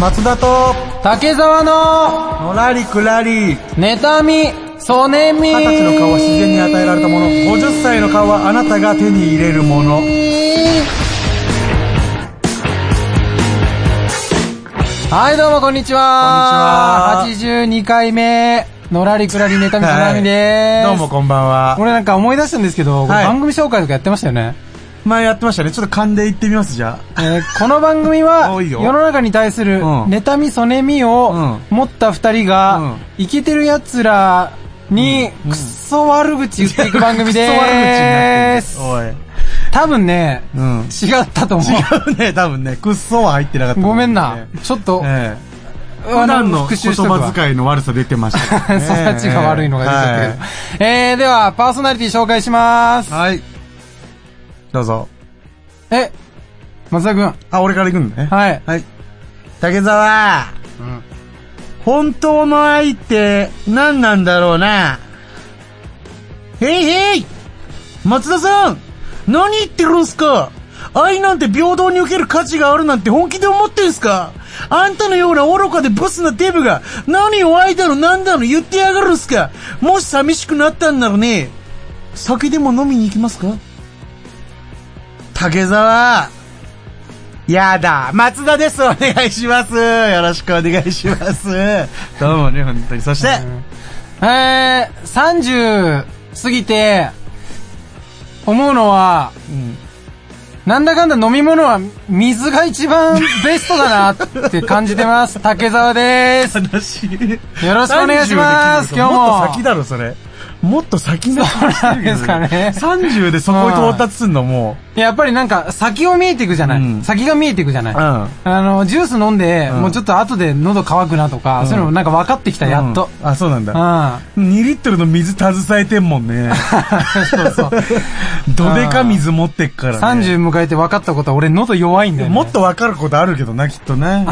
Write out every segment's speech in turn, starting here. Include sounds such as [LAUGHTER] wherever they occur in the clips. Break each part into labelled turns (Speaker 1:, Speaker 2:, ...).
Speaker 1: 松田と、
Speaker 2: 竹沢の、
Speaker 1: のらりくらり、
Speaker 2: 妬み、そねみ。
Speaker 1: 二十歳の顔は自然に与えられたもの、50歳の顔はあなたが手に入れるもの。
Speaker 2: はい、どうもこんにちは。
Speaker 1: こんに
Speaker 2: ちは。82回目、のらりくらり妬みそねみでーす。
Speaker 1: どうもこんばんは。
Speaker 2: 俺なんか思い出したんですけど、
Speaker 1: はい
Speaker 2: 番組紹介とかやってましたよね。
Speaker 1: 前やってましたね。ちょっと噛んでいってみます、じゃあ。
Speaker 2: えーこの番組は、
Speaker 1: 多いよ
Speaker 2: 世の中に対する、
Speaker 1: うん
Speaker 2: 妬み、そねみを
Speaker 1: う
Speaker 2: 持った二人
Speaker 1: うん
Speaker 2: が、イケてる奴らに、
Speaker 1: うん
Speaker 2: くっそ悪口言っていく番組で
Speaker 1: クソ悪口にな
Speaker 2: ー
Speaker 1: って
Speaker 2: す
Speaker 1: る。おい。
Speaker 2: 多分ね、
Speaker 1: うん。
Speaker 2: 違ったと思
Speaker 1: 違うね、多分ね。クッソは入ってなかった
Speaker 2: う。
Speaker 1: と
Speaker 2: ご
Speaker 1: 思
Speaker 2: め
Speaker 1: うんでね、
Speaker 2: な。ちょっと、
Speaker 1: ええ。
Speaker 2: あ
Speaker 1: 普段の
Speaker 2: 復
Speaker 1: 言
Speaker 2: 習しとく
Speaker 1: 葉
Speaker 2: わ。
Speaker 1: 遣いの悪さ出てました
Speaker 2: [LAUGHS]
Speaker 1: からね。
Speaker 2: 育ちが悪いのが出ちゃったけど。えー、では、パーソナリティ紹介します。
Speaker 1: はい。はい。どうぞ。
Speaker 2: え、松田くん。
Speaker 1: あ、俺から行くんだね。
Speaker 2: はい。
Speaker 1: はい。竹沢、
Speaker 2: うん
Speaker 1: 本当の愛って何なんだろうな。へいへい松田さん何言ってるんすか愛なんて平等に受ける価値があるなんて本気で思ってんすかあんたのような愚かでブスなデブが何を愛だの何だの言ってやがるんすかもし寂しくなったんならね、酒でも飲みに行きますか竹沢やだ、松田です。お願いします。よろしくお願いします。どうもね、本当に。そして、
Speaker 2: えー、30過ぎて、思うのは、
Speaker 1: うん
Speaker 2: なんだかんだ飲み物は水が一番ベストだなって感じ
Speaker 1: [LAUGHS]
Speaker 2: てます。竹沢です。
Speaker 1: 悲しい。
Speaker 2: よろしくお願いしま
Speaker 1: 30
Speaker 2: す
Speaker 1: で来るの
Speaker 2: 今日も
Speaker 1: もっと先だろ、それ。もっと先の
Speaker 2: そうなんですかね
Speaker 1: 30でそこに到達すんの、も
Speaker 2: やっぱりなんか先を見えていくじゃない、
Speaker 1: うん
Speaker 2: 先が見えていくじゃない、
Speaker 1: う。うん。
Speaker 2: あの、ジュース飲んで、
Speaker 1: うん
Speaker 2: もうちょっと後で喉乾くなとか、
Speaker 1: うん
Speaker 2: そういうのもなんか分かってきた、やっと。
Speaker 1: うん。あ、そうなん
Speaker 2: う
Speaker 1: だ。
Speaker 2: ん。
Speaker 1: 2リットルの水携えてんもんね。
Speaker 2: そ
Speaker 1: [LAUGHS]
Speaker 2: うそう。
Speaker 1: どでか水持ってっからね。
Speaker 2: 30迎えて分かったことは俺喉弱いんだよ、ね。
Speaker 1: もっとわかることあるけどな、きっとね。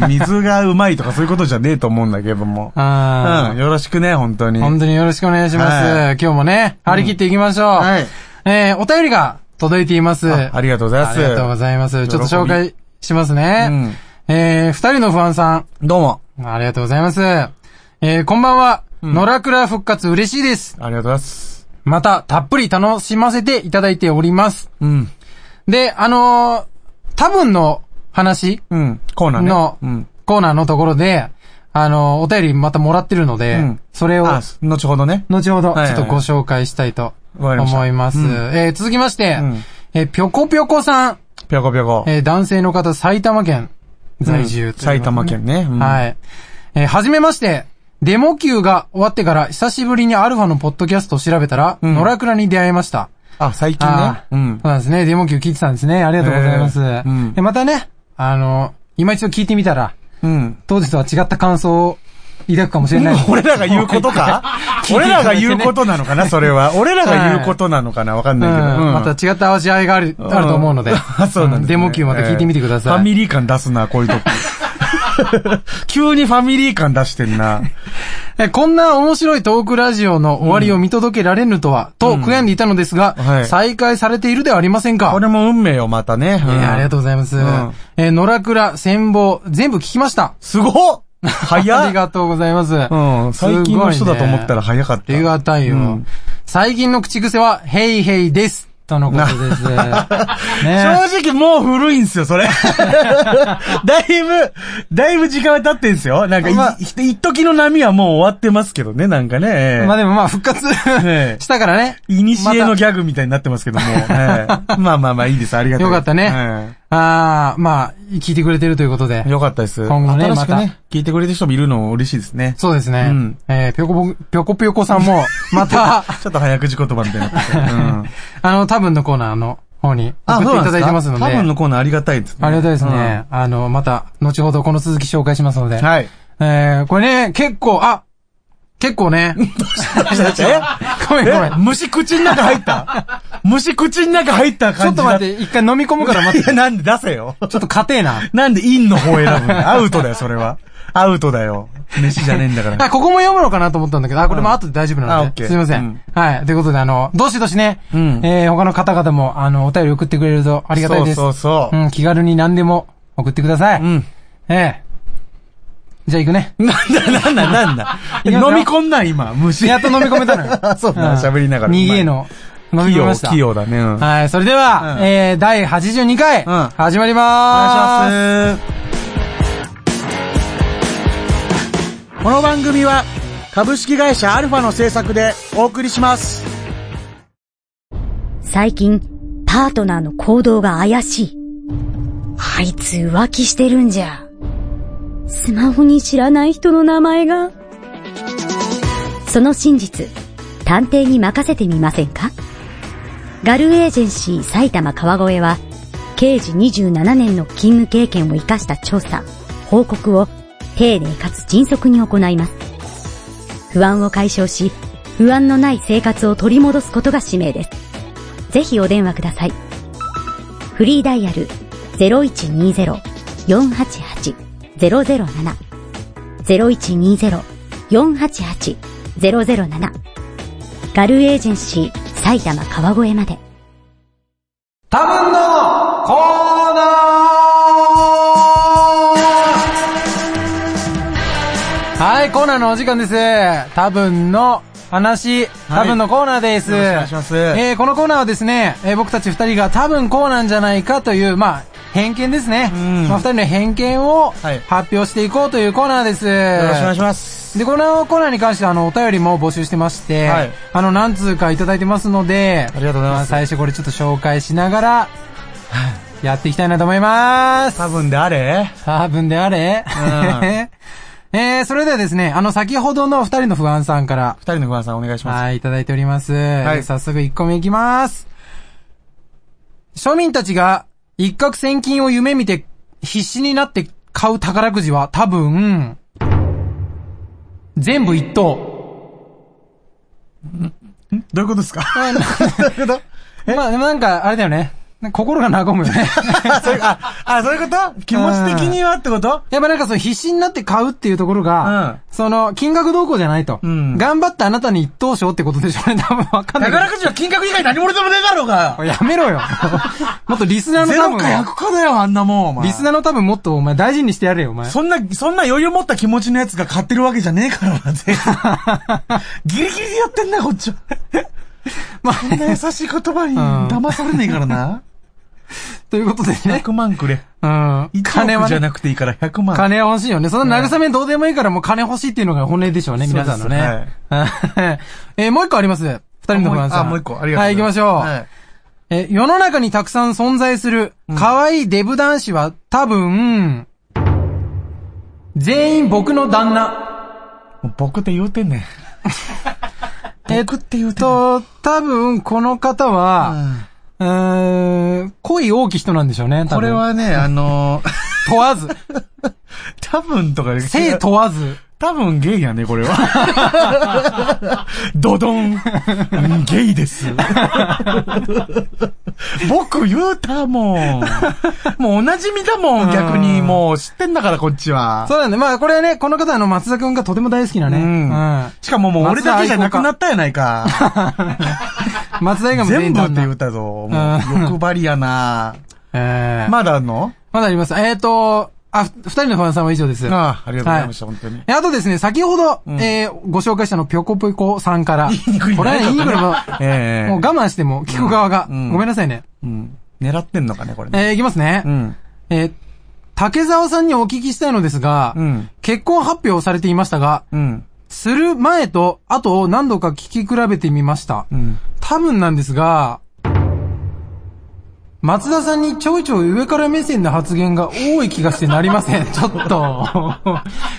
Speaker 1: うん。水がうまいとかそういうことじゃねえと思うんだけども。
Speaker 2: うん
Speaker 1: うん。よろしくね、本当に。
Speaker 2: 本当によろしくお願いします。
Speaker 1: は
Speaker 2: 今日もね、張り切っていきましょう。
Speaker 1: はい。
Speaker 2: えー、お便りが届いています。
Speaker 1: あありがとうございま
Speaker 2: あ
Speaker 1: す。
Speaker 2: りがとうございます。ちょっと紹介しますね。えー、二人の不安さ
Speaker 1: どうも。
Speaker 2: ん。ありがとうございます。えー、こんばんは。野良倉復活嬉しいです。
Speaker 1: ありがとうございます。
Speaker 2: また、たっぷり楽しませていただいております。
Speaker 1: うん。
Speaker 2: で、あのー、多分の話
Speaker 1: うん。コーナーね。
Speaker 2: の
Speaker 1: うん。
Speaker 2: コーナーのところで、あのー、お便りまたもらってるので、
Speaker 1: うん
Speaker 2: それを、
Speaker 1: あ、後ほどね。
Speaker 2: 後ほど、ち
Speaker 1: はいはい
Speaker 2: ょ
Speaker 1: は
Speaker 2: っ
Speaker 1: い
Speaker 2: とご紹介したいと
Speaker 1: わかりました
Speaker 2: 思います。
Speaker 1: うん
Speaker 2: えー続きまして、
Speaker 1: うん
Speaker 2: えーぴょこぴょこさん、
Speaker 1: ぴょこぴょこ。
Speaker 2: えー男性の方、埼玉県在
Speaker 1: う
Speaker 2: 住、
Speaker 1: ん埼玉。県ね。うん
Speaker 2: はい。えーはじめまして、デモ級が終わってから久しぶりにアルファのポッドキャストを調べたら、
Speaker 1: うん
Speaker 2: 野良倉に出会いました。
Speaker 1: あ、最近ね
Speaker 2: あ。
Speaker 1: う
Speaker 2: ー
Speaker 1: ん
Speaker 2: そう。なんですね。デモ級聞いてたんですね。ありがとうございます。
Speaker 1: えーうん
Speaker 2: でまたね、あの今一度聞いてみたら、
Speaker 1: うん。
Speaker 2: 当時とは違った感想を抱くかもしれない。
Speaker 1: [LAUGHS] 俺らが言うこと
Speaker 2: [LAUGHS]
Speaker 1: か俺らが言うことなのかなそれは。俺らが言うことなのかなわかんないけど。
Speaker 2: うん
Speaker 1: うん
Speaker 2: また違った味わいがある、あると思うので。
Speaker 1: あ [LAUGHS] そうなんです、ね。
Speaker 2: デモ級また聞いてみてください。
Speaker 1: えーファミリー感出すな、こういう
Speaker 2: [LAUGHS]
Speaker 1: 時。急にファミリー感出してんな。
Speaker 2: えこんな面白いトークラジオの終わりを見届けられぬとは、と悔やんでいたのですが、
Speaker 1: はい
Speaker 2: 再開されているではありませんか。
Speaker 1: これも運命よ、またね。
Speaker 2: えーありがとう
Speaker 1: う。
Speaker 2: ございます。
Speaker 1: ん
Speaker 2: えー野良倉、戦望、全部聞きました。
Speaker 1: すごっ早っ
Speaker 2: ありがと [LAUGHS] うございます。
Speaker 1: うん。最近の人だと思ったら早かった。
Speaker 2: ありがたいよ。
Speaker 1: うん
Speaker 2: 最近の口癖は、ヘイヘイです。とのことです。 [LAUGHS] ね
Speaker 1: 正直もう古いんすよ、それ。 [LAUGHS] だいぶ、だいぶ時間は経ってんすよ。なんかい、
Speaker 2: まあ
Speaker 1: ひ一時の波はもう終わってますけどね、なんかね。
Speaker 2: まあでもまあ復活
Speaker 1: え
Speaker 2: したからね。 [LAUGHS]
Speaker 1: いにしえのギャグみたいになってますけども。ええまあまあまあいいです、ありがとう。
Speaker 2: よかったね
Speaker 1: え
Speaker 2: ああ、まあ、聞いてくれてるということで
Speaker 1: え。よかったです。
Speaker 2: 今後ね
Speaker 1: 新しく
Speaker 2: ま
Speaker 1: ね、聞いてくれてる人もいるの嬉しいですね。
Speaker 2: そうですね。
Speaker 1: うん
Speaker 2: えーぴょこぼ、ぴょこぴょこさ
Speaker 1: [LAUGHS]
Speaker 2: んも、また、
Speaker 1: ちょっと早口言葉みたいになってて。うん。
Speaker 2: あの、多分のコーナーの方に [LAUGHS] 送っていただいてますので。
Speaker 1: 多分のコーナーありがたいですね。
Speaker 2: ありがたいですね。あの、また、後ほどこの続き紹介しますので。
Speaker 1: うん。はい。
Speaker 2: えー、これね、結構、あ結
Speaker 1: [LAUGHS]
Speaker 2: 構ね。ごめんごめ
Speaker 1: え
Speaker 2: ん。
Speaker 1: 虫口の中入った虫口の中入った
Speaker 2: ちょ
Speaker 1: 感
Speaker 2: っ
Speaker 1: じ
Speaker 2: と待って、一回飲み込むから待っ
Speaker 1: い
Speaker 2: て。
Speaker 1: や、なんで出せよ。
Speaker 2: ちょっと硬えな。
Speaker 1: なんでインの方選ぶのアウトだよ、それは。アウトだよ。飯じゃねえんだから。
Speaker 2: あ、ここも読むのかなと思ったんだけど、あ、これも後で大丈夫
Speaker 1: あ
Speaker 2: な
Speaker 1: オッ
Speaker 2: の
Speaker 1: ケ
Speaker 2: で。
Speaker 1: ー
Speaker 2: すいませ
Speaker 1: うんん。
Speaker 2: はい。ということで、あの、どしどしね、
Speaker 1: うん
Speaker 2: えー、他の方々も、あの、お便り送ってくれるとありがたいです。
Speaker 1: そうそうそう
Speaker 2: うん、気軽に何でも送ってください。
Speaker 1: うん。
Speaker 2: ええ。じゃあ行くね。
Speaker 1: なんだなんだなんだ。
Speaker 2: いきますよ
Speaker 1: 飲み込んだ今、虫。。
Speaker 2: やっと飲み込めたのよ
Speaker 1: [LAUGHS] そうだな喋りながら
Speaker 2: 逃げの。飲み
Speaker 1: 器
Speaker 2: 込めま
Speaker 1: 用、
Speaker 2: した。
Speaker 1: 器用だね。うん
Speaker 2: はい、それでは、
Speaker 1: うん
Speaker 2: えー、第82回、
Speaker 1: うん
Speaker 2: 始まり
Speaker 1: お
Speaker 2: まーす。
Speaker 1: 願いします。この番組は、株式会社アルファの制作でお送りします。
Speaker 3: 最近、パートナーの行動が怪しい。あいつ浮気してるんじゃ。スマホに知らない人の名前が。その真実、探偵に任せてみませんかガルエージェンシー埼玉川越は、刑事27年の勤務経験を生かした調査、報告を丁寧かつ迅速に行います。不安を解消し、不安のない生活を取り戻すことが使命です。ぜひお電話ください。フリーダイヤル0120-488-007 0120-488-007ガルエージェンシー埼玉川越まで。
Speaker 2: 多分のコーナーはい、コーナーのお時間です。多分の話、多分のコーナーです。
Speaker 1: よろしくお願いします
Speaker 2: えー、このコーナーはですね、えー僕たち二人が多分こうなんじゃないかという、まあ、偏見ですね。
Speaker 1: うん
Speaker 2: まあ、二人の偏見を
Speaker 1: はい
Speaker 2: 発表していこうというコーナーです。
Speaker 1: よろしくお願いします。
Speaker 2: で、このコーナーに関しては、あの、お便りも募集してまして、
Speaker 1: はい
Speaker 2: あの、何通かいただいてますので、
Speaker 1: ありがとうございます
Speaker 2: あ最初これちょっと紹介しながら、やっていきたいなと思います。
Speaker 1: 多分であれ
Speaker 2: 多分であれ、 [LAUGHS] えー、それではですね、あの、先ほどの二人の不安さんから、
Speaker 1: 二人のご飯さんお願いします。
Speaker 2: はい、いただいております。
Speaker 1: い
Speaker 2: 早速1個目いきます。庶民たちが一攫千金を夢見て必死になって買う宝くじは多分、全部一等。
Speaker 1: どういうことですかどういうこと
Speaker 2: [LAUGHS] まあ、でもなんか、あれだよね。なんか心が和むよね。
Speaker 1: [LAUGHS] あ、そういう、あ、あ、そういうこと気持ち的にはってこと
Speaker 2: やっぱなんかその必死になって買うっていうところが、その金額動向じゃないと。
Speaker 1: うん
Speaker 2: 頑張ったあなたに一等賞ってことでしょうね。 [LAUGHS] 多分わかんないけど。
Speaker 1: 宝くじは金額以外何者でもねえだろうが
Speaker 2: やめろよ。 [LAUGHS] もっとリスナーの
Speaker 1: ゼ
Speaker 2: 多
Speaker 1: ロか
Speaker 2: 分、
Speaker 1: 100かだよ、あんなもん、お前。
Speaker 2: リスナーの多分もっとお前大事にしてやれよ、お前。
Speaker 1: そんな、そんな余裕持った気持ちのやつが買ってるわけじゃねえからな、全
Speaker 2: [LAUGHS]
Speaker 1: 部ギリギリでやってんな、こっちは。
Speaker 2: まあ
Speaker 1: こんな優しい言葉に
Speaker 2: ん
Speaker 1: 騙されねえからな。
Speaker 2: ということで [LAUGHS] ね。
Speaker 1: 100万くれ。
Speaker 2: うん。
Speaker 1: 金
Speaker 2: 金
Speaker 1: は
Speaker 2: は
Speaker 1: じゃ
Speaker 2: ね、
Speaker 1: なくていいから100万。
Speaker 2: 金は欲しいよね。そんな慰めどうでもいいからもう金欲しいっていうのが本音でしょうね、
Speaker 1: そうで
Speaker 2: 皆
Speaker 1: す
Speaker 2: さんのね。 [LAUGHS] えーもう一個あります。二人の不安さん。
Speaker 1: あ、もう一個、ありがとうございます。
Speaker 2: はい、行きましょう。
Speaker 1: はい
Speaker 2: えー世の中にたくさん存在する、可愛いデブ男子は多分、全員僕の旦那。
Speaker 1: もう僕って言うてん [LAUGHS] ねん。
Speaker 2: えっ
Speaker 1: 僕って言うてんねん。
Speaker 2: と、多分、この方は、
Speaker 1: うん
Speaker 2: うーん、恋多き人なんでしょうね、多分
Speaker 1: これ、はね、あの [LAUGHS] ー、
Speaker 2: 問わず。
Speaker 1: 多分とか、
Speaker 2: 性問わず。
Speaker 1: 多分ゲイやね、これは。 [LAUGHS] ドドン。うんゲイです。僕言うたもん。もうお馴染みだもん、逆に。もう知ってんだから、こっちは。
Speaker 2: そうなんだ。まあ、これはね、この方はあの、松田くんがとても大好きなね。
Speaker 1: う
Speaker 2: うんん。
Speaker 1: しかももう俺だけじゃなくなったやないか。
Speaker 2: 松田以外
Speaker 1: [LAUGHS]
Speaker 2: も
Speaker 1: 全部って言
Speaker 2: う。
Speaker 1: うたぞ。もう
Speaker 2: うん
Speaker 1: 欲張りや [LAUGHS] な。
Speaker 2: えー、ま、
Speaker 1: まだあんの
Speaker 2: まだあります。えっ、ー、と、あ、ふ二人の不安さんは以上です。
Speaker 1: ああ、ありがとうございました、本当に。
Speaker 2: えあとですね、先ほど、
Speaker 1: ん
Speaker 2: えー、ご紹介したの、ぴょこぴょこさんから。
Speaker 1: 言いにくいな
Speaker 2: これはね、言いにくいのも、
Speaker 1: ええ
Speaker 2: もう我慢しても、聞く側が、
Speaker 1: うん
Speaker 2: ごめんなさいね。
Speaker 1: うん。狙ってんのかね、これね。
Speaker 2: えー、いきますね。
Speaker 1: うん。
Speaker 2: えー、竹沢さんにお聞きしたいのですが、
Speaker 1: うん
Speaker 2: 結婚発表をされていましたが、
Speaker 1: うん。
Speaker 2: する前と後を何度か聞き比べてみました。
Speaker 1: うん。
Speaker 2: 多分なんですが、松田さんにちょいちょい上から目線の発言が多い気がしてなりま
Speaker 1: [LAUGHS]
Speaker 2: せん。ちょっと。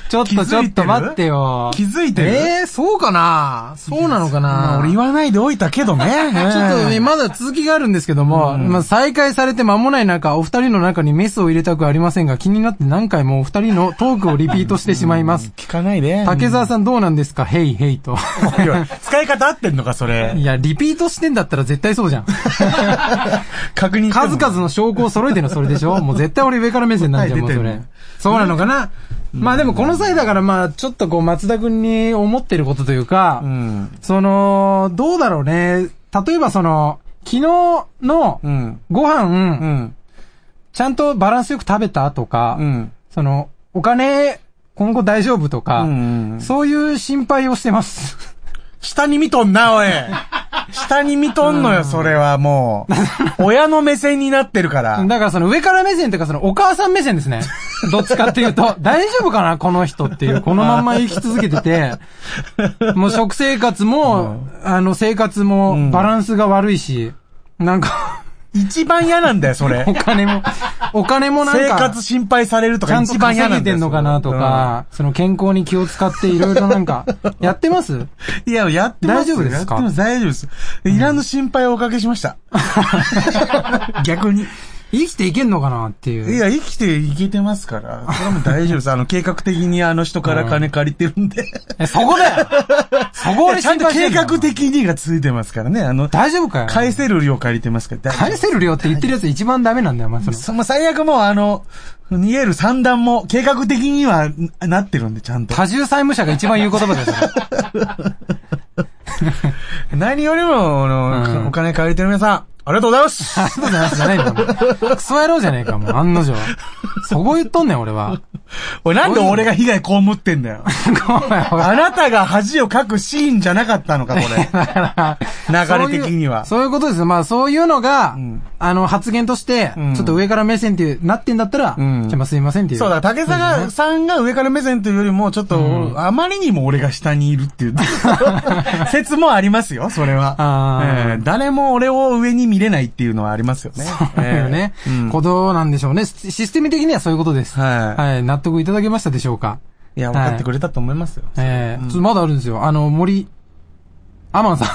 Speaker 2: ちょっ
Speaker 1: 気づ
Speaker 2: と
Speaker 1: い
Speaker 2: ち
Speaker 1: てる
Speaker 2: ょっと待ってよ。
Speaker 1: 気づいてる
Speaker 2: えー、そうかなそうなのか
Speaker 1: まあ
Speaker 2: な
Speaker 1: 俺言わないでおいたけどね。
Speaker 2: [LAUGHS] ちょっとね、まだ続きがあるんですけども、まあ再開されて間もない中、お二人の中にメスを入れたくありませんが、気になって何回もお二人のトークをリピートしてしまいます。
Speaker 1: 聞かないで。
Speaker 2: 竹澤さんどうなんですかヘイヘイ
Speaker 1: [LAUGHS]
Speaker 2: と。
Speaker 1: いや使い方合ってんのか、それ
Speaker 2: い。や、リピートしてんだったら絶対そうじゃん。
Speaker 1: 確認しても
Speaker 2: 数々の証拠を揃えてのそれで
Speaker 1: [LAUGHS]
Speaker 2: しょもう絶対俺上から目線なんじゃん、もうそ
Speaker 1: はい出て
Speaker 2: れ
Speaker 1: るね。
Speaker 2: そうなのかなまあでもこの際だからまあちょっとこう松田くんに思ってることというか、
Speaker 1: うん。
Speaker 2: その、どうだろうね。例えばその、昨日の
Speaker 1: うん。
Speaker 2: ご飯、
Speaker 1: うん。
Speaker 2: ちゃんとバランスよく食べたとか、
Speaker 1: うん。
Speaker 2: その、お金今後大丈夫とか、
Speaker 1: うん
Speaker 2: そういう心配をしてます。
Speaker 1: 下に見とんな、おい。下に見とんのよ、それはもう。親の目線になってる
Speaker 2: [LAUGHS]
Speaker 1: から。
Speaker 2: だからその上から目線というかそのお母さん目線
Speaker 1: [LAUGHS]
Speaker 2: ですね。どっちかっていうと、大丈夫かなこの人っていう、このまんま生き続け
Speaker 1: [LAUGHS]
Speaker 2: てて、もう食生活も、あの生活
Speaker 1: うん
Speaker 2: もバランスが悪いし、な
Speaker 1: [LAUGHS]
Speaker 2: んか、
Speaker 1: 一番嫌なんだよ、それ
Speaker 2: お。金も、お金もなん
Speaker 1: 生
Speaker 2: か、
Speaker 1: 活心配されると
Speaker 2: ちゃ
Speaker 1: か
Speaker 2: んと
Speaker 1: 一番嫌
Speaker 2: 稼
Speaker 1: な
Speaker 2: げ
Speaker 1: んだ
Speaker 2: て
Speaker 1: よ。
Speaker 2: んのかなとか、その健康に気を使っていろいろなん
Speaker 1: [LAUGHS]
Speaker 2: か、やってます
Speaker 1: それ。いや、やってますよ
Speaker 2: 大丈夫ですか
Speaker 1: やってます大丈夫です。いらぬ心配をおかけしました。 [LAUGHS] 逆に。
Speaker 2: 生きていけんのかなっていう。
Speaker 1: いや、生きていけてますから。それはもう大丈夫です。あの、計画的にあの人から金借りてるんで。
Speaker 2: え、そこだよそこ俺
Speaker 1: ちゃん
Speaker 2: 心
Speaker 1: と
Speaker 2: 配して
Speaker 1: 計
Speaker 2: んだよ
Speaker 1: 画的にがついてますからね。あの、
Speaker 2: 大丈夫かよ
Speaker 1: 返せる量借りてますから。大丈夫
Speaker 2: 返せる量って言ってるやつ一番ダメなんだよ、お前その。
Speaker 1: その最悪もうあの、逃げる三段も計画的にはななってるんで、ちゃんと。
Speaker 2: 多重債務者が一番言う言葉で
Speaker 1: [LAUGHS]
Speaker 2: すよ。
Speaker 1: 何よりも、あの、
Speaker 2: うん
Speaker 1: お金借りてる皆さん、ありがとうございます
Speaker 2: ありがとうございますじゃないんだもん。クソ野郎じゃねえか、もう、案の定。そこ言っとんねん、俺は。
Speaker 1: [LAUGHS] おい、なんで俺が被害被ってんだよ。
Speaker 2: ごめん、ほら。
Speaker 1: あなたが恥をかくシーンじゃなかったのか、こ
Speaker 2: [LAUGHS]
Speaker 1: れ。流れ的には。
Speaker 2: そういうそういうことですよ。まあ、そういうのが、
Speaker 1: ん
Speaker 2: あの、発言として、
Speaker 1: ん
Speaker 2: ちょっと上から目線っていう、なってんだったら、
Speaker 1: うん
Speaker 2: じゃあまあすいませんっていう。
Speaker 1: そうだ、竹坂さんが上から目線というよりも、ちょっと、あまりにも俺が下にいるっていう
Speaker 2: [LAUGHS]
Speaker 1: 説もありますよ、それは。
Speaker 2: あー
Speaker 1: えー誰も俺を上に見れないっていうのはありますよね。
Speaker 2: そういう [LAUGHS] ね
Speaker 1: えーうん、
Speaker 2: ことなんでしょうね。シシステム的にはそういうことです。
Speaker 1: はい
Speaker 2: はい。納得いただけましたでしょうか。
Speaker 1: いや、分かってくれたと思いますよ。
Speaker 2: ええ、ちょっとまだあるんですよ。あの、森、アマンさ
Speaker 1: [LAUGHS]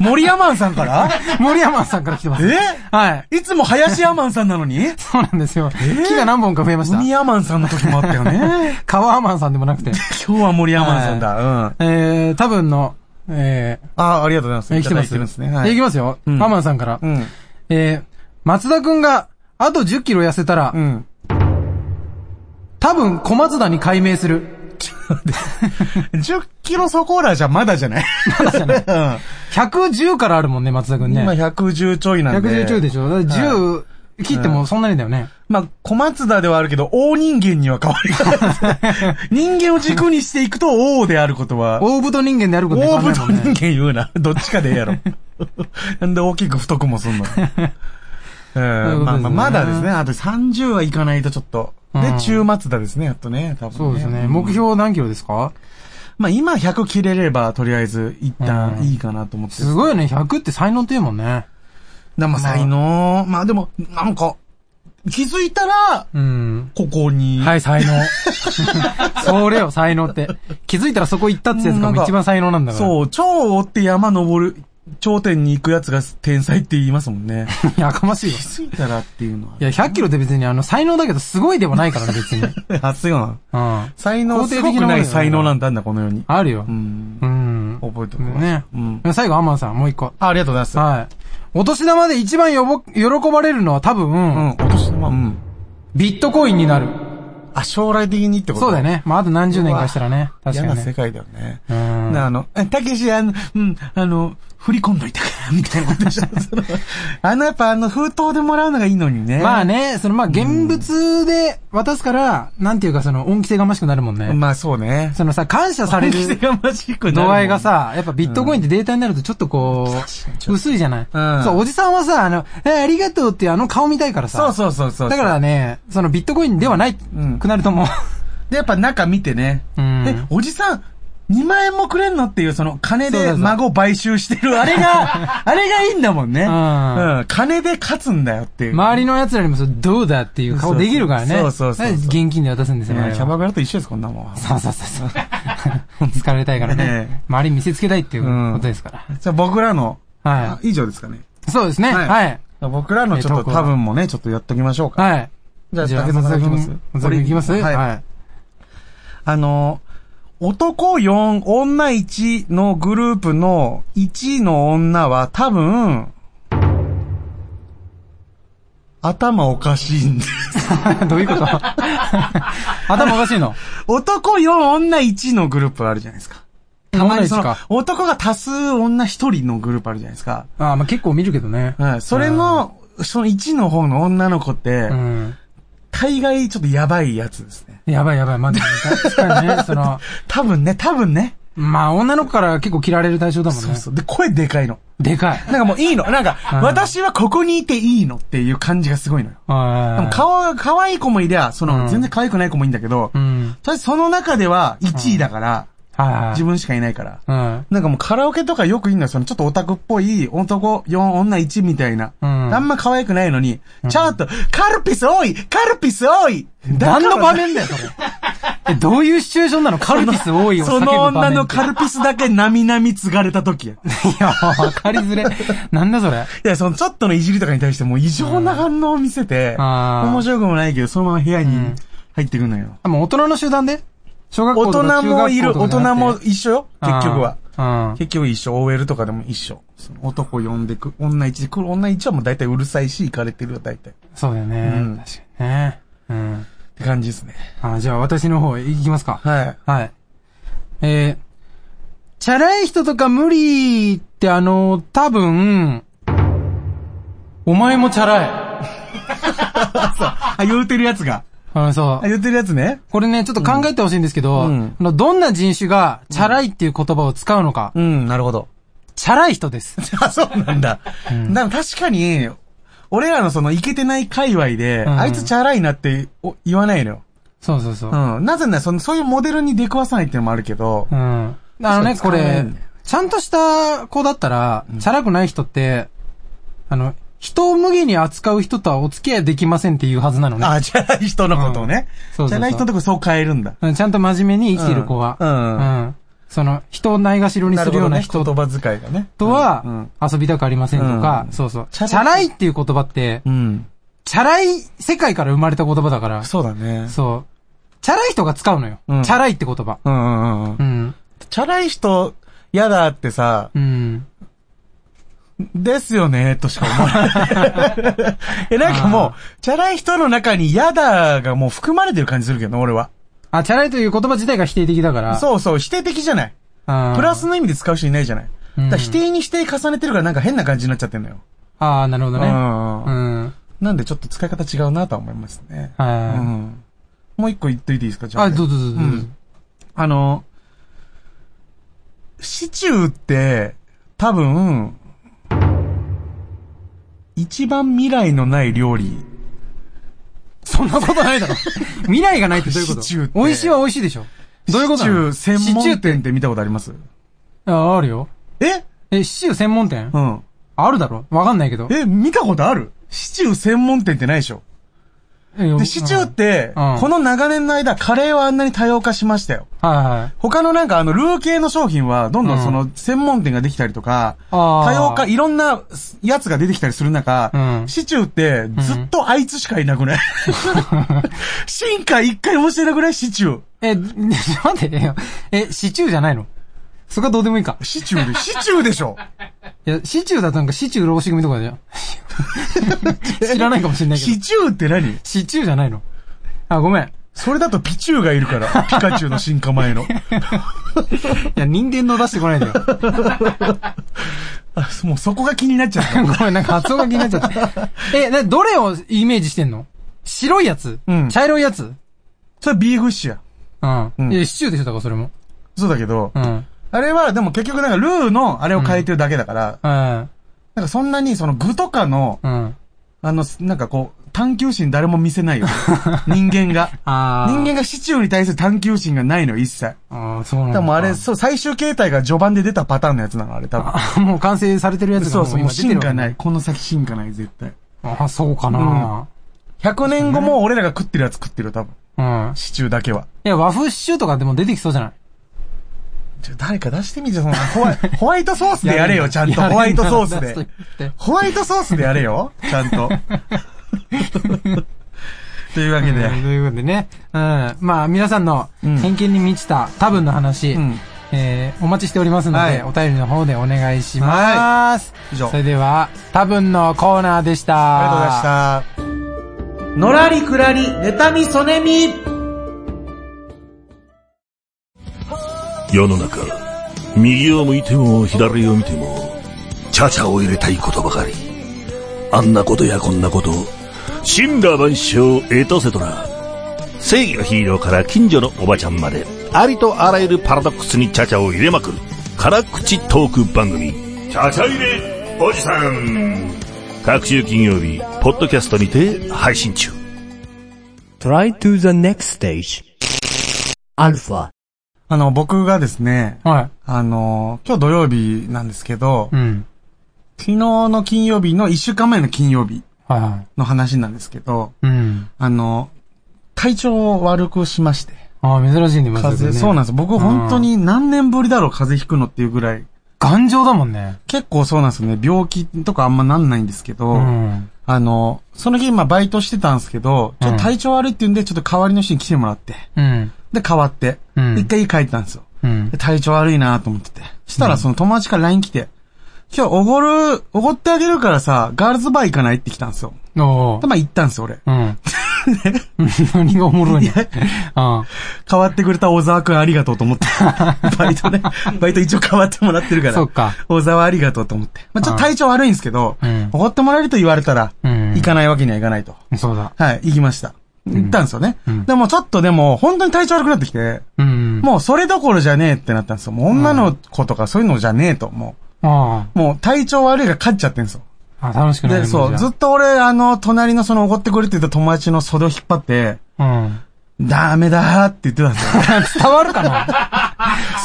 Speaker 1: 森アマンさんから
Speaker 2: ん。森アマンさんから来てます。
Speaker 1: え
Speaker 2: はい。
Speaker 1: いつも林アマンさんなのに
Speaker 2: そうなんですよ。木が何本か増えました。
Speaker 1: 海アマンさんの時もあったよ
Speaker 2: [LAUGHS]
Speaker 1: ね。
Speaker 2: 川アマンさんでもなくて。
Speaker 1: 今日は森アマンさんだ。うん。
Speaker 2: えー、多分の、え
Speaker 1: あ、ありがとうございます。
Speaker 2: ー、え来てます。
Speaker 1: いただいるんですね。は
Speaker 2: えー
Speaker 1: い。
Speaker 2: きますよ。
Speaker 1: うん
Speaker 2: アマンさんから。
Speaker 1: うん。
Speaker 2: えー、松田くんが、あと10キロ痩せたら、
Speaker 1: [LAUGHS] うん。
Speaker 2: 多分小松田に改名する。
Speaker 1: 10キロそこらじゃまだじゃないまだじゃない。 [LAUGHS] うん。
Speaker 2: 110からあるもんね、松田くんね。
Speaker 1: 今110ちょいなんで。
Speaker 2: 110でしょ。だから10、切ってもそんなにだよね。
Speaker 1: まあ、小松田ではあるけど、大人間には変わりない [LAUGHS] 人間を軸にしていくと王であることは、
Speaker 2: 大太人間であることに変
Speaker 1: 大
Speaker 2: わら
Speaker 1: 太
Speaker 2: ない
Speaker 1: 人
Speaker 2: もんね
Speaker 1: 間言うな。 [LAUGHS] どっちかでええやろ。なんで大きく太くもす [LAUGHS] んの。えーまあまあ、まだですね。あと30はいかないとちょっと。
Speaker 2: う
Speaker 1: で、
Speaker 2: ん
Speaker 1: 中松田ですね、やっとね、多分、
Speaker 2: そうですね。目標何キロですか
Speaker 1: まあ今100切れれば、とりあえず、一旦いいかなと思って。
Speaker 2: すごいよね。100って才能って言うもんね。
Speaker 1: 生才能。まあでも、なんか、気づいたら、
Speaker 2: うん。
Speaker 1: ここに。
Speaker 2: はい、才能。それよ、才能って。気づいたらそこ行ったってやつが
Speaker 1: うんなん
Speaker 2: も
Speaker 1: か
Speaker 2: う一番才能なんだから。う。
Speaker 1: そう、蝶を追って山登る、頂点に行くやつが天才って言いますもん [LAUGHS] ね。
Speaker 2: やかましい
Speaker 1: 気。
Speaker 2: わ
Speaker 1: づいたらっていうのは。
Speaker 2: いや、100キロって別にあの、才能だけどすごいではないからね、別に。うん。
Speaker 1: 初よな。
Speaker 2: あ
Speaker 1: 才能、
Speaker 2: 肯
Speaker 1: す
Speaker 2: 定的な
Speaker 1: ご
Speaker 2: もの
Speaker 1: くない才能なんだ、この世に。
Speaker 2: るよ
Speaker 1: う。ん。
Speaker 2: うん。
Speaker 1: 覚えておくわ
Speaker 2: ね
Speaker 1: うん。
Speaker 2: 最後、アマンさん、もう一個。
Speaker 1: あありがとうございま
Speaker 2: はい。お年玉で一番よぼ、喜ばれるのは多
Speaker 1: す。うん、
Speaker 2: 分、
Speaker 1: 落とし玉。うん。
Speaker 2: ビットコインになる。
Speaker 1: あ、将来的にってこと
Speaker 2: そうだよ。ね。まあ、あと何十年かしたらね。確
Speaker 1: 嫌な
Speaker 2: かに
Speaker 1: 世
Speaker 2: ね。
Speaker 1: 界だよね。
Speaker 2: う
Speaker 1: な、
Speaker 2: ん。
Speaker 1: あの、えたけし、あの、うん、あの、振り込んどいたから、みたいなことでしょ。
Speaker 2: [LAUGHS]
Speaker 1: そのあの、やっぱあの、封筒でもらうのがいいのにね。
Speaker 2: まあね、そのまあ、現物で渡すから、なんていうかその、恩着せがましくなるもんね。
Speaker 1: まあそうね。
Speaker 2: そのさ、感謝され
Speaker 1: 恩着せ [LAUGHS]
Speaker 2: る
Speaker 1: がましくなるもん
Speaker 2: 度合いがさ、やっぱビットコインってデータになるとちょっとこう、薄いじゃない、
Speaker 1: うん
Speaker 2: そう、おじさんはさ、あの、えーありがとうっていうあの顔見たいからさ。
Speaker 1: そうそうそうそう。
Speaker 2: だからね、そのビットコインではない、
Speaker 1: うん
Speaker 2: くなると
Speaker 1: [LAUGHS]
Speaker 2: 思う。
Speaker 1: で、やっぱ中見てね。
Speaker 2: うん
Speaker 1: え、おじさん、2万円もくれんのっていう、その、金
Speaker 2: そう
Speaker 1: で
Speaker 2: そうそう
Speaker 1: 孫買収してる、あれ
Speaker 2: [LAUGHS]
Speaker 1: が、あれがいいんだもんね。
Speaker 2: うん
Speaker 1: うん。金で勝つんだよっていう。
Speaker 2: 周りの奴らにもそう、どうだっていう顔できるからね。
Speaker 1: そうそうそうそう
Speaker 2: だから現金で渡すんです
Speaker 1: い
Speaker 2: よ、
Speaker 1: や
Speaker 2: あれは
Speaker 1: キャバクラと一緒です、こんなもん。
Speaker 2: そうそうそうそう。 [LAUGHS] 疲れたいから
Speaker 1: ねえ
Speaker 2: ね。周りに見せつけたいっていうことですから。
Speaker 1: じゃあ僕らの、
Speaker 2: は
Speaker 1: 以上ですかね。
Speaker 2: い。そうですね。
Speaker 1: はい
Speaker 2: はい。
Speaker 1: 僕らのちょっと
Speaker 2: え
Speaker 1: 多分もね、ちょっとやっときましょうか。
Speaker 2: はい。 [LAUGHS]
Speaker 1: じゃあ、
Speaker 2: じゃあ
Speaker 1: 竹澤さんいきます
Speaker 2: 松田君いきます
Speaker 1: はい
Speaker 2: はい。
Speaker 1: あの、男4、女1のグループの1の女は多分、頭おかしいんです。 [LAUGHS]
Speaker 2: どういうこと [LAUGHS] 頭おかしいの
Speaker 1: 男4、女1のグループあるじゃないですか。
Speaker 2: たまです
Speaker 1: その
Speaker 2: か。
Speaker 1: 男が多数女1人のグループあるじゃないですか。
Speaker 2: ああ、まあ結構見るけどね。
Speaker 1: はい。それの、その1の方の女の子って、
Speaker 2: うん。
Speaker 1: 大概ちょっとやばいやつですね。
Speaker 2: やばいやばい、まだ、確
Speaker 1: [LAUGHS]
Speaker 2: かにね、その、
Speaker 1: 多分ね、多分ね。
Speaker 2: まあ、女の子から結構嫌われる対象だもんね。
Speaker 1: そうそう。で、声でかいの。
Speaker 2: でかい。
Speaker 1: なんかもう
Speaker 2: [LAUGHS]
Speaker 1: いいの。なんか
Speaker 2: う、ん
Speaker 1: 私はここにいていいのっていう感じがすごいのよ。でも
Speaker 2: あ
Speaker 1: 顔が可愛い子もいりゃ、その、
Speaker 2: うん
Speaker 1: 全然可愛くない子もいいんだけど、
Speaker 2: うん。
Speaker 1: とりあえずその中では1位だから、
Speaker 2: はいはい。
Speaker 1: 自分しかいないから。
Speaker 2: うん。
Speaker 1: なんかもうカラオケとかよくいいのよ。そのちょっとオタクっぽい男4、女1みたいな。
Speaker 2: うん
Speaker 1: あんま可愛くないのに、ちょっと、カルピス多いカルピス多い
Speaker 2: 何の場面だよ、それ。え、どういうシチュエーションなのカルピス多いを叫
Speaker 1: そ
Speaker 2: ぶ
Speaker 1: の
Speaker 2: 場面
Speaker 1: 女の
Speaker 2: って
Speaker 1: カルピスだけなみなみ継がれた時や。い
Speaker 2: [LAUGHS] いや、わか [LAUGHS] りづれ。なんだそれ。
Speaker 1: や、そのちょっとのいじりとかに対してもう異常な反応を見せて、
Speaker 2: うんあー
Speaker 1: 面白くもないけど、そのまま部屋に入ってくのよ。
Speaker 2: あもう大人の集団で
Speaker 1: 大人もいる、
Speaker 2: 小学校とか中学校とかじゃなくて
Speaker 1: 大人も一緒よ、結局は。。
Speaker 2: うんうん。
Speaker 1: 結局一緒、OL とかでも一緒。その男呼んでく、女1で来る、女1はもう大体うるさいし、行かれてるよ、大体。っ
Speaker 2: そうだよね。
Speaker 1: うん
Speaker 2: 確かにね。うん。
Speaker 1: て感じですね。
Speaker 2: あじゃあ私の方行きますか。
Speaker 1: はい。
Speaker 2: はい。えー、チャラい人とか無理ってあの、多分、お前もチャラい。
Speaker 1: あ、言うてるやつが。
Speaker 2: あそ
Speaker 1: あ、
Speaker 2: う。
Speaker 1: 言うてるやつね。
Speaker 2: これね、ちょっと考えてほしいんですけど、
Speaker 1: うん
Speaker 2: あのどんな人種がチャラいっていう言葉を使うのか、
Speaker 1: うん、なるほど。 [LAUGHS]
Speaker 2: チャラい人です。
Speaker 1: あ、そうなんだ。でも確かに、俺らのその、いけてない界隈で、
Speaker 2: うん
Speaker 1: あいつチャラいなってお言わないのよ。
Speaker 2: そうそうそう。
Speaker 1: うん。なぜなら、その、そういうモデルに出くわさないっていうのもあるけど、
Speaker 2: うん。あのね、
Speaker 1: そ
Speaker 2: こ
Speaker 1: う使わない
Speaker 2: れ
Speaker 1: んだよ、
Speaker 2: ちゃんとした子だったら、チャラくない人って、あの、人を無限に扱う人とはお付き合いできませんっていうはずなのね。
Speaker 1: あ、チャラい人のことをね。
Speaker 2: そうそうそう
Speaker 1: チャラい人のとこそう変えるんだ。
Speaker 2: うんちゃんと真面目に生きてる子は。
Speaker 1: うんうん
Speaker 2: うんその、人をないがしろにするような人
Speaker 1: なるほどね言葉遣いがね。
Speaker 2: と
Speaker 1: う
Speaker 2: は
Speaker 1: ん、
Speaker 2: 遊びたくありませんとか
Speaker 1: う、ん
Speaker 2: そうそう。
Speaker 1: チ
Speaker 2: チ
Speaker 1: ャラい
Speaker 2: ャラいっていう言葉って
Speaker 1: う、ん。
Speaker 2: チャラい世界から生まれた言葉だから、
Speaker 1: そうだね。
Speaker 2: そう。チャラい人が使うのよ。チ
Speaker 1: うん
Speaker 2: ャラいって言葉。
Speaker 1: うんうんうんう。
Speaker 2: うんん。
Speaker 1: チャラい人、嫌だってさ、
Speaker 2: うん。
Speaker 1: ですよね、としか思わない。 [LAUGHS] え、なんかもう、チャラい人の中に嫌だがもう含まれてる感じするけど、俺は。
Speaker 2: あ、チャラいという言葉自体が否定的だから。
Speaker 1: そうそう、否定的じゃない。
Speaker 2: うん。
Speaker 1: プラスの意味で使う人いないじゃない。
Speaker 2: うん
Speaker 1: だから否定に否定重ねてるからなんか変な感じになっちゃってんのよ。
Speaker 2: ああ、なるほどね。
Speaker 1: うん
Speaker 2: う
Speaker 1: うん
Speaker 2: ん。はい
Speaker 1: なんでちょっと使い方違うなとは思いますね。う
Speaker 2: あ、
Speaker 1: ん。もう一個言っといていいですか、じゃあ。
Speaker 2: どうぞどうぞどうぞ。
Speaker 1: うんあの、シチューって、多分、一番未来のない料理。
Speaker 2: そんなことな
Speaker 1: [LAUGHS]
Speaker 2: いだろ。未来がないってどういうこと
Speaker 1: シチューって
Speaker 2: 美味しいは美味しいでしょ。どういうこと
Speaker 1: シチ
Speaker 2: な
Speaker 1: ュ
Speaker 2: の
Speaker 1: ー専
Speaker 2: シチュー
Speaker 1: 門
Speaker 2: って、
Speaker 1: 店って見たことあります
Speaker 2: あ、あるよ。
Speaker 1: え
Speaker 2: え、シチュー専門店
Speaker 1: うん。
Speaker 2: あるだろわかんないけど。
Speaker 1: え、見たことあるシチュー専門店ってないでしょ
Speaker 2: え
Speaker 1: で、シチューっ、て、
Speaker 2: うん
Speaker 1: この長年の間、カレーはあんなに多様化しましたよ。
Speaker 2: うんはいはい。
Speaker 1: 他のなんかあの、ルー系の商品は、どんど
Speaker 2: うん
Speaker 1: んその、専門店ができたりとか、
Speaker 2: あー
Speaker 1: 多様化、いろんなすやつが出てきたりする中、
Speaker 2: うん
Speaker 1: シチューって、ずっとあいつしかいなくない、 [LAUGHS] 進化一回もしてなくないシチュー。
Speaker 2: え、 [LAUGHS] ちょっと待ってよ。え、シチューじゃないのそこはどうでもいいか。
Speaker 1: シチュ
Speaker 2: [LAUGHS]
Speaker 1: ーで、シチューでしょ
Speaker 2: いや、シチューだとなんかシチュー浪士組とかじ
Speaker 1: [LAUGHS]
Speaker 2: ゃん。知らないかもしれないけ
Speaker 1: シ
Speaker 2: ど。
Speaker 1: チューって何
Speaker 2: シチューじゃないのあ、ごめん。
Speaker 1: それだとピチューがいる
Speaker 2: [LAUGHS]
Speaker 1: から、ピカチュウの進化前の。
Speaker 2: いや、人間の出してこないでよ。
Speaker 1: [LAUGHS] あもうそこが気になっちゃった。
Speaker 2: ごめん、なんか発音が気になっちゃった。え、な、どれをイメージしてんの白いやつ
Speaker 1: うん
Speaker 2: 茶色いやつ
Speaker 1: それビーフシチューや。
Speaker 2: うん。
Speaker 1: うん
Speaker 2: いや、シチューでしょ、だからそれも。
Speaker 1: そうだけど、
Speaker 2: うん。うん。
Speaker 1: あれはでも結局なんかルーのあれを変えてるだけだから、
Speaker 2: うん。
Speaker 1: なんかそんなにその具とかの、
Speaker 2: あ
Speaker 1: あの、なんかこう、探求心誰も見せない
Speaker 2: [LAUGHS]
Speaker 1: よ。人間が。
Speaker 2: あー。
Speaker 1: 人間がシチューに対する探求心がないのよ、一切。
Speaker 2: ああ、そうなんだ。
Speaker 1: 多分あれ、そう、最終形態が序盤で出たパターンのやつなの、あれ多分。
Speaker 2: あ [LAUGHS] もう完成されてるやつが
Speaker 1: そうそう、も
Speaker 2: 今
Speaker 1: う
Speaker 2: 出てる。
Speaker 1: 進化ないい。この先進化ない、絶対。
Speaker 2: ああ、そうかな。
Speaker 1: 100年後も俺らが食ってるやつ食ってるよ、多分。
Speaker 2: うん。
Speaker 1: シチューだけは。
Speaker 2: いや、和風シチューとかでも出てきそうじゃない
Speaker 1: ちょ、誰か出してみて、その、ホ
Speaker 2: [LAUGHS]
Speaker 1: ワイホワイトソースでやれよ、ちゃんと。
Speaker 2: やれんだ
Speaker 1: ホワイトソース
Speaker 2: やれん
Speaker 1: で
Speaker 2: だ出。すと言って
Speaker 1: ホワイトソースでやれよ、ちゃん
Speaker 2: [LAUGHS]
Speaker 1: と。というわけ
Speaker 2: うん
Speaker 1: で。
Speaker 2: ということでね。うん。まあ、皆さんの
Speaker 1: うん
Speaker 2: 偏見に満ちた多分の話、
Speaker 1: うん
Speaker 2: えーお待ちしておりますので、
Speaker 1: はい
Speaker 2: お便りの方でお願いします。
Speaker 1: 以上
Speaker 2: それでは、多分のコーナーでした。
Speaker 1: ありがとうございました。
Speaker 2: のらりくらり、妬みそねみ。
Speaker 4: 世の中、右を向いても左を見ても、チャチャを入れたいことばかり。あんなことやこんなこと、神羅万象エトセトラ正義のヒーローから近所のおばちゃんまでありとあらゆるパラドックスにチャチャを入れまくる辛口トーク番組チャチャ入れおじさん各週金曜日ポッドキャストにて配信中
Speaker 5: Try to the next stage. Alpha.
Speaker 1: あの、僕がですね、
Speaker 2: は
Speaker 1: あの、今日土曜日なんですけど、
Speaker 2: い。うん。
Speaker 1: 昨日の金曜日の一週間前の金曜日
Speaker 2: はいはい。
Speaker 1: の話なんですけど、
Speaker 2: うん。
Speaker 1: あの、体調を悪くしまして。
Speaker 2: ああ、珍しいね、
Speaker 1: 風
Speaker 2: 松田
Speaker 1: 邪、
Speaker 2: 君ね。
Speaker 1: そうなんです。僕本当に何年ぶりだろう風邪ひくのっていうぐらい。
Speaker 2: 頑丈だもんね。
Speaker 1: 結構そうなんですよね。病気とかあんまなんないんですけど、
Speaker 2: うん。
Speaker 1: あの、その日今バイトしてたんですけど、ちょっと体調悪いって言うんで、ちょっと代わりの人に来てもらって。
Speaker 2: うん。
Speaker 1: で、変わって。
Speaker 2: うん
Speaker 1: 一回家帰ったんですよ。
Speaker 2: うん
Speaker 1: で。体調悪いなと思ってて。したらその友達から LINE 来て、今日おごる、おごってあげるからさ、ガールズバー行かないって来たんですよ。
Speaker 2: お
Speaker 1: で、
Speaker 2: ー
Speaker 1: まあ行ったんですよ、俺。
Speaker 2: うん。 [LAUGHS] 何がおもろいね。あ
Speaker 1: 変わってくれた小沢くんありがとうと思
Speaker 2: [LAUGHS]
Speaker 1: って。バイトね。バイト一応変わってもらってるか
Speaker 2: あ、
Speaker 1: ら。
Speaker 2: そっか。
Speaker 1: 小沢ありがとうと思って。まあ、ちょっと体調悪いんですけど
Speaker 2: うん、
Speaker 1: おご、ってもらえると言われたら、
Speaker 2: うん
Speaker 1: 行かないわけにはいかないと。
Speaker 2: そうだ。
Speaker 1: はい、行きました。行ったんですよね。
Speaker 2: うん
Speaker 1: でもちょっとでも、本当に体調悪くなってきて、
Speaker 2: うん。
Speaker 1: もうそれどころじゃねえってなったんですよ。もう女の子とかそういうのじゃねえと、も
Speaker 2: あ
Speaker 1: う。もう体調悪いが勝っちゃってんですよ。
Speaker 2: あ。あ、楽しくない
Speaker 1: で、そう、ずっと俺、あの、隣のその、おごってくれって言った友達の袖を引っ張って、
Speaker 2: うん。
Speaker 1: ダメだーって言ってたんですよ。
Speaker 2: [LAUGHS] 伝わるかな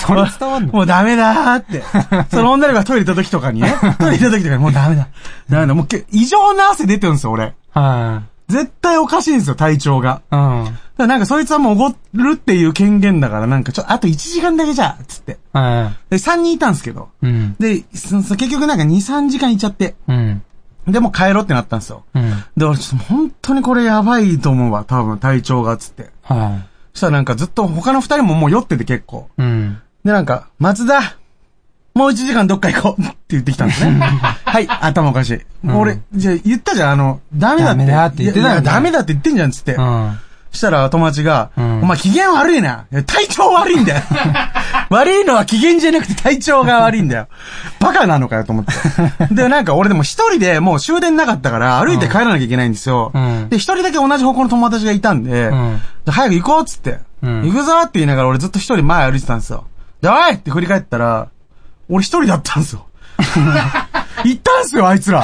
Speaker 2: それ伝
Speaker 1: [LAUGHS]
Speaker 2: わんの
Speaker 1: もうダメだー
Speaker 2: [LAUGHS]
Speaker 1: って。その女の子がトイレ行った時とかにね。トイレ行った時とかにもうダメだ。ダメだ。もうけ異常な汗出てるんですよ、俺。
Speaker 2: は
Speaker 1: 絶対おかしいんですよ、体調が。
Speaker 2: い。うん。
Speaker 1: だからなんかそいつはもうおごるっていう権限だから、なんかちょ、あと1時間だけじゃ、つって。
Speaker 2: は
Speaker 1: で、3人いたんですけど。
Speaker 2: い。うん。
Speaker 1: で、そそ結局なんか2、3時間いちゃって。
Speaker 2: うん。
Speaker 1: で、もう帰ろうってなったんですよ。
Speaker 2: うん。
Speaker 1: で、俺ちょっと本当にこれやばいと思うわ、多分体調が、つって。
Speaker 2: は
Speaker 1: そしたらなんかずっと他の2人ももう酔ってて結構。
Speaker 2: い。うん。
Speaker 1: で、なんか、松田、もう一時間どっか行こうって言ってきたんです
Speaker 2: [LAUGHS]
Speaker 1: ね。はい、頭おかしい。もう俺、じゃあ言ったじゃん、あの、ダメだって。
Speaker 2: ダメだって言ってたよね
Speaker 1: いやいやダメだって言ってんじゃん、つって。
Speaker 2: うん。
Speaker 1: したら友達が、
Speaker 2: うん
Speaker 1: お前機嫌悪いな。いや体調悪いんだ
Speaker 2: [LAUGHS]
Speaker 1: よ。悪いのは機嫌じゃなくて体調が悪いんだよ。バカなのかよと思
Speaker 2: [LAUGHS]
Speaker 1: って。で、なんか俺でも一人でもう終電なかったから歩いて帰らなきゃいけないんですよ。
Speaker 2: うん
Speaker 1: で、一人だけ同じ方向の友達がいたんで、
Speaker 2: うん
Speaker 1: で早く行こうっつって、
Speaker 2: うん
Speaker 1: 行くぞって言いながら俺ずっと一人前歩いてたんですよ。で、おいって振り返ったら、俺一人だったんですよ。行ったんすよ、あい
Speaker 2: [LAUGHS]
Speaker 1: つら。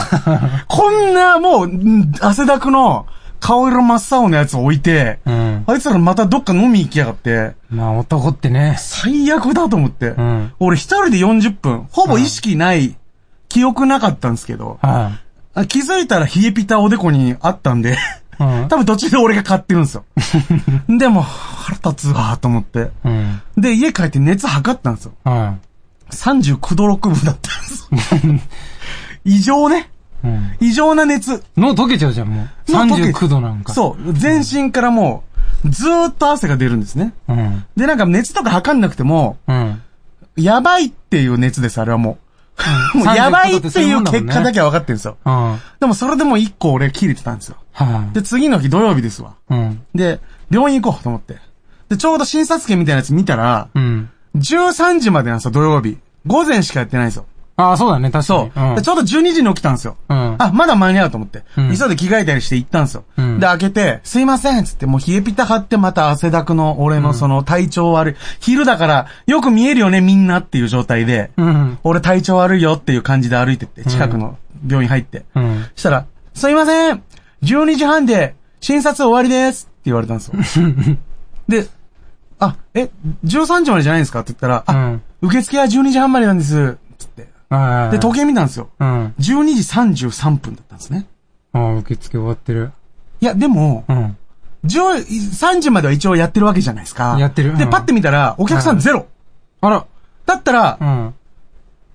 Speaker 1: こんな、もう、ん汗だくの、顔色真っ青のやつを置いて、
Speaker 2: うん。
Speaker 1: あいつらまたどっか飲み行きやがって、
Speaker 2: まあ男ってね。
Speaker 1: 最悪だと思って。
Speaker 2: ん
Speaker 1: 俺一人で40分、ほぼ意識ない、記憶なかったんですけど、
Speaker 2: は
Speaker 1: あ気づいたら冷えピタおでこにあったん
Speaker 2: [LAUGHS]
Speaker 1: で、
Speaker 2: い。うん。
Speaker 1: 多分途中で俺が買ってるんですよ。でも、腹立つわ、と思って。
Speaker 2: うん。
Speaker 1: で、家帰って熱測ったんですよ。
Speaker 2: は
Speaker 1: 39度6分だったんですよ。
Speaker 2: [LAUGHS]
Speaker 1: 異常ね。
Speaker 2: い。うん。
Speaker 1: 異常な熱。
Speaker 2: 脳溶けちゃうじゃん、もう。
Speaker 1: もう溶け
Speaker 2: 39度なんか。
Speaker 1: そう。全身からもう、ずーっと汗が出るんですね。
Speaker 2: う。うん。
Speaker 1: で、なんか熱とか測んなくても、
Speaker 2: うん。
Speaker 1: やばいっていう熱です、あれはもう。もうやばいっていう結果だ
Speaker 2: け。
Speaker 1: けは分かってるんですよ。
Speaker 2: うん。は
Speaker 1: でもそれでもう一個俺切れてたんですよ。
Speaker 2: い。
Speaker 1: で、次の日土曜日ですわ。
Speaker 2: うん。
Speaker 1: で、病院行こうと思って。で、ちょうど診察券みたいなやつ見たら、
Speaker 2: うん。
Speaker 1: 13時までなんですよ、土曜日。午前しかやってないんですよ。
Speaker 2: ああ、そうだね、確かに。
Speaker 1: そう。でちょうど12時に起きたんですよ。
Speaker 2: うん
Speaker 1: あ、まだ間に合うと思って。
Speaker 2: うん
Speaker 1: 急いで着替えたりして行ったんですよ。
Speaker 2: うん
Speaker 1: で、開けて、すいませんっつって、もう冷えピタ張ってまた汗だくの俺のその体調悪い。昼だから、よく見えるよね、みんなっていう状態で。
Speaker 2: うん。うん。
Speaker 1: 俺体調悪いよっていう感じで歩いてって、近くの病院入って。
Speaker 2: うん。
Speaker 1: したら、すいません !12 時半で診察終わりですって言われたんですよ。
Speaker 2: [LAUGHS]
Speaker 1: で、あ、え、13時までじゃないんですかって言ったら、
Speaker 2: う
Speaker 1: あ、
Speaker 2: ん。
Speaker 1: 受付は12時半までなんです。つって。
Speaker 2: はい。
Speaker 1: で、時計見たんですよ。
Speaker 2: うん。
Speaker 1: 12時33分だったんですね。
Speaker 2: ああ、受付終わってる。
Speaker 1: いや、でも、
Speaker 2: うん。
Speaker 1: 10 3時までは一応やってるわけじゃないですか。
Speaker 2: やってるうん
Speaker 1: で、パッて見たら、お客さんゼロ。
Speaker 2: あら。
Speaker 1: だったら
Speaker 2: う、ん。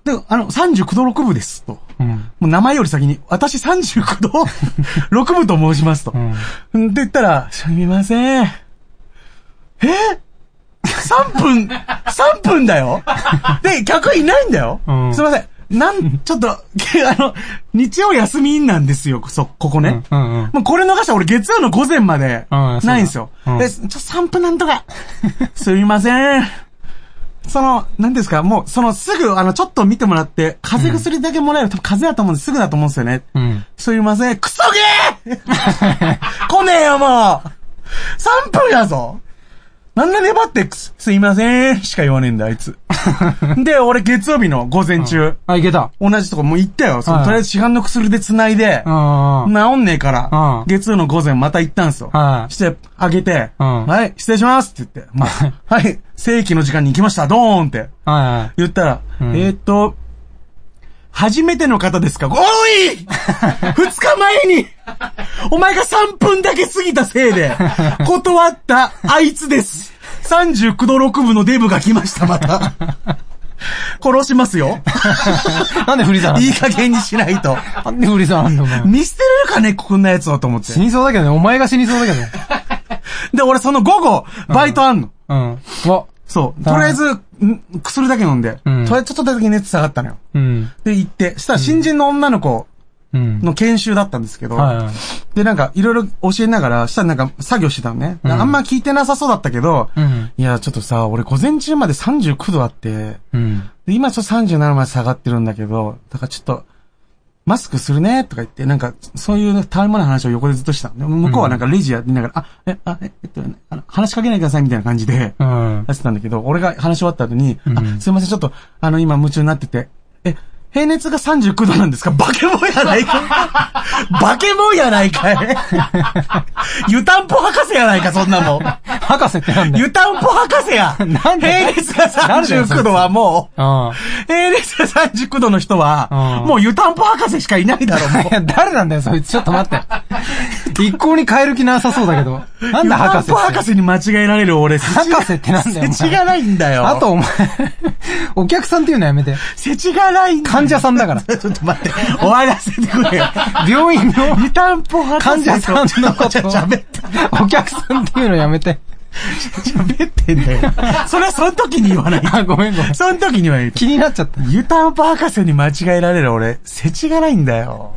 Speaker 1: で、あの、39度6分です、と。
Speaker 2: うん。
Speaker 1: もう名前より先に、私39度6分と申しますと。
Speaker 2: う
Speaker 1: う
Speaker 2: ん。
Speaker 1: ん、って言ったら、すみません。え ?3 分、3分だよで、客いないんだよ、
Speaker 2: うん
Speaker 1: すみません。なん、ちょっと、 [LAUGHS] けあの、日曜休みなんですよ、そ、ここね。
Speaker 2: うん。うん。
Speaker 1: もうこれ逃したら俺月曜の午前まで、
Speaker 2: うんそうだ
Speaker 1: ないんですよ。
Speaker 2: う
Speaker 1: [LAUGHS]
Speaker 2: ん
Speaker 1: で、ちょ、3分なんとか、すみません。その、何ですか、もう、そのすぐ、あの、ちょっと見てもらって、風邪薬だけもらえる、多分風邪だと思うんです、すぐだと思うんですよね。
Speaker 2: うん。
Speaker 1: すいません、クソゲー [LAUGHS] 来ねえよ、もう !3 分やぞなんで粘ってくす、すいません、しか言わねえんだ、あい
Speaker 2: [LAUGHS]
Speaker 1: つ。で、俺月曜日の午前中、
Speaker 2: あ、いけた。
Speaker 1: 同じとこもう行ったよ。そ
Speaker 2: は
Speaker 1: の
Speaker 2: い
Speaker 1: とりあえず市販の薬で繋いで
Speaker 2: う、ん。うん。
Speaker 1: 治んねえから
Speaker 2: う、ん
Speaker 1: 月曜の午前また行ったんすよ。
Speaker 2: はい。
Speaker 1: して、あげて、
Speaker 2: うん
Speaker 1: はい、失礼しますって言って、まあ、はい、正規の時間に行きました、ドーンって
Speaker 2: はい。
Speaker 1: 言ったら、
Speaker 2: うん
Speaker 1: えーっと、初めての方ですかお
Speaker 2: [LAUGHS]
Speaker 1: い二日前に、お前が3分だけ過ぎたせいで、断ったあいつです。39度6分のデブが来ました、また。殺しますよ。
Speaker 2: なんでフリーザーなんだ
Speaker 1: いい加減にしない
Speaker 2: [LAUGHS]
Speaker 1: と。
Speaker 2: なんでフリーザーなんだ、お前。
Speaker 1: 見捨てれるかね、こんなやつをと思って
Speaker 2: 死。にそうだけどね。お前が死にそうだけどね。
Speaker 1: で、俺その午後、バイトあんの。
Speaker 2: うん。わ。
Speaker 1: そう。
Speaker 2: だ
Speaker 1: とりあえず、ん薬だけ飲んで、
Speaker 2: うん
Speaker 1: とりあえずちょっとだけ熱下がったのよ。
Speaker 2: うん。
Speaker 1: で、行って、したら新人の女の子
Speaker 2: うん。
Speaker 1: の研修だったんですけど、
Speaker 2: はいはい。
Speaker 1: で、なんか、いろいろ教えながら、したらなんか、作業してたのね。
Speaker 2: うん
Speaker 1: あんま聞いてなさそうだったけど、
Speaker 2: うん。
Speaker 1: いや、ちょっとさ、俺午前中まで39度あって、
Speaker 2: うん。
Speaker 1: で今ちょっと37まで下がってるんだけど、だからちょっと、マスクするねとか言って、なんか、そういうたわいもない話を横でずっとしてたのね。向こうはなんかレジやりながら、あ、え、あ、え、えっと、あの話しかけないでくださいみたいな感じで、
Speaker 2: うん。
Speaker 1: やってたんだけど、俺が話し終わった後に、
Speaker 2: うん
Speaker 1: あ、すいません、ちょっと、あの、今夢中になってて、え、平熱が39度なんですかバケモンやないか
Speaker 2: [LAUGHS]
Speaker 1: バケモンやないかい湯たんぽ博士やないか、そんなもん。
Speaker 2: 博士ってなんだよ。
Speaker 1: 湯たんぽ博士や
Speaker 2: なんで
Speaker 1: 平熱が39度はもう、
Speaker 2: あ
Speaker 1: 平熱が39度の人は、
Speaker 2: うん
Speaker 1: もう湯たんぽ博士しかいないだろ、もう
Speaker 2: あ。。誰なんだよ、そいつ。ちょっと待って。一向に変える気なさそうだけど。なんだ博士
Speaker 1: 湯たんぽ博
Speaker 2: って。
Speaker 1: 士に間違えられる俺、
Speaker 2: 博士ってなんだよ。お前
Speaker 1: 世知がないんだよ。
Speaker 2: あと、お前、お客さんっていうのやめて。
Speaker 1: 世知がないんだよ
Speaker 2: 患者さんだ [LAUGHS] から。
Speaker 1: ちょっと待って、終わらせてくれよ。
Speaker 2: 病院の
Speaker 1: 湯たんぽ博士
Speaker 2: 患者さん
Speaker 1: [LAUGHS]
Speaker 2: のこと
Speaker 1: ちょっと喋って、
Speaker 2: お客さんっていうのやめて。
Speaker 1: 喋ってんだよ。 [LAUGHS] それはその時に言わない。
Speaker 2: [LAUGHS] あ、ごめんごめ
Speaker 1: [LAUGHS]
Speaker 2: ん。
Speaker 1: その時には言うと。
Speaker 2: 気になっちゃった。
Speaker 1: 湯たんぽ博士に間違えられる俺、世知がないんだよ。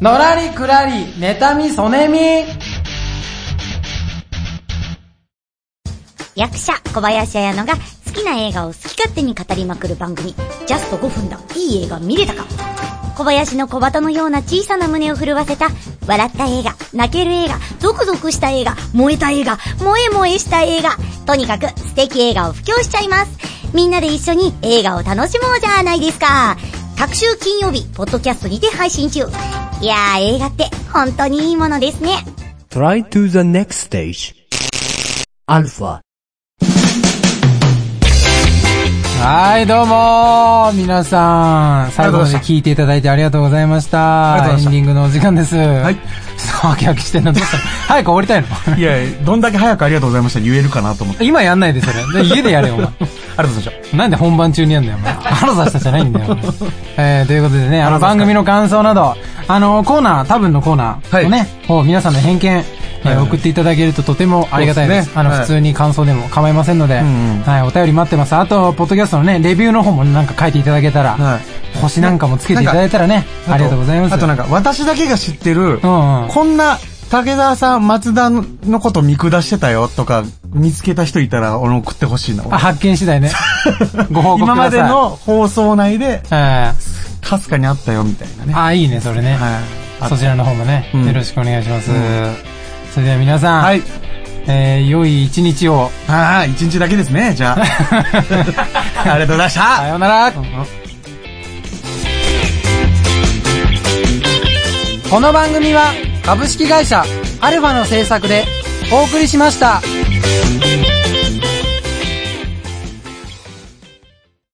Speaker 2: のらりくらり、妬み、そねみ。
Speaker 3: 役者小林彩乃が好きな映画を好き勝手に語りまくる番組「ジャスト5分だいい映画見れたか」小林の小鳩のような小さな胸を震わせた笑った映画泣ける映画ゾクゾクした映画燃えた映画萌え萌えした映画とにかく素敵映画を布教しちゃいますみんなで一緒に映画を楽しもうじゃないですか各週金曜日ポッドキャストにて配信中いやー映画って本当にいいものですね
Speaker 5: Try to the next stage. Alpha.
Speaker 2: はい、どうも皆さん、最後まで聞いていただいてありがとうございました。
Speaker 1: ありがとうございました
Speaker 2: エンディングのお時間です。はいちょっとワキワキしてんのどうしたの早く終わりたいの [LAUGHS]
Speaker 1: いやいや、どんだけ早くありがとうございました言えるかなと思って。
Speaker 2: 今やんないで、それ。で家でやれよ、お前。
Speaker 1: ありがとうございまし
Speaker 2: なんで本番中にやんだよ、お
Speaker 1: [LAUGHS]
Speaker 2: 前。腹刺したじゃないんだよ、お前えー、ということでね、あの番組の感想など、あの、コーナー、多分のコーナーのね、を皆さんの偏見、えー送っていただけるととてもありがたいです。
Speaker 1: そうですね
Speaker 2: あの、
Speaker 1: はい
Speaker 2: 普通に感想でも構いませんので、
Speaker 1: んうん
Speaker 2: はい、お便り待ってます。あと、ポッドキャストのね、レビューの方もなんか書いていただけたら、
Speaker 1: た。はい。
Speaker 2: 星なんかもつけていただいたらね、ありがとうございます。
Speaker 1: あとなんか、私だけが知ってる、
Speaker 2: うんうん。
Speaker 1: こんな、武田さん、松田のこと見下してたよとか、見つけた人いたら、俺送ってほしいな。
Speaker 2: あ発見
Speaker 1: [LAUGHS]
Speaker 2: 次第ね。ご報告
Speaker 1: 今
Speaker 2: く
Speaker 1: ま
Speaker 2: ださい。
Speaker 1: での放送内で、
Speaker 2: え
Speaker 1: かすかにあったよ、みたいなね。
Speaker 2: ー、あ、いいね、それね。
Speaker 1: はい。
Speaker 2: そちらの方もね、
Speaker 1: うん
Speaker 2: よろしくお願いします。
Speaker 1: うん
Speaker 2: それでは皆さん、
Speaker 1: はい。
Speaker 2: えー、良い一日を。
Speaker 1: はい、一日だけですね、じゃあ。ありがとうございました。
Speaker 2: さようなら。この番組は株式会社アルファの制作でお送りしました。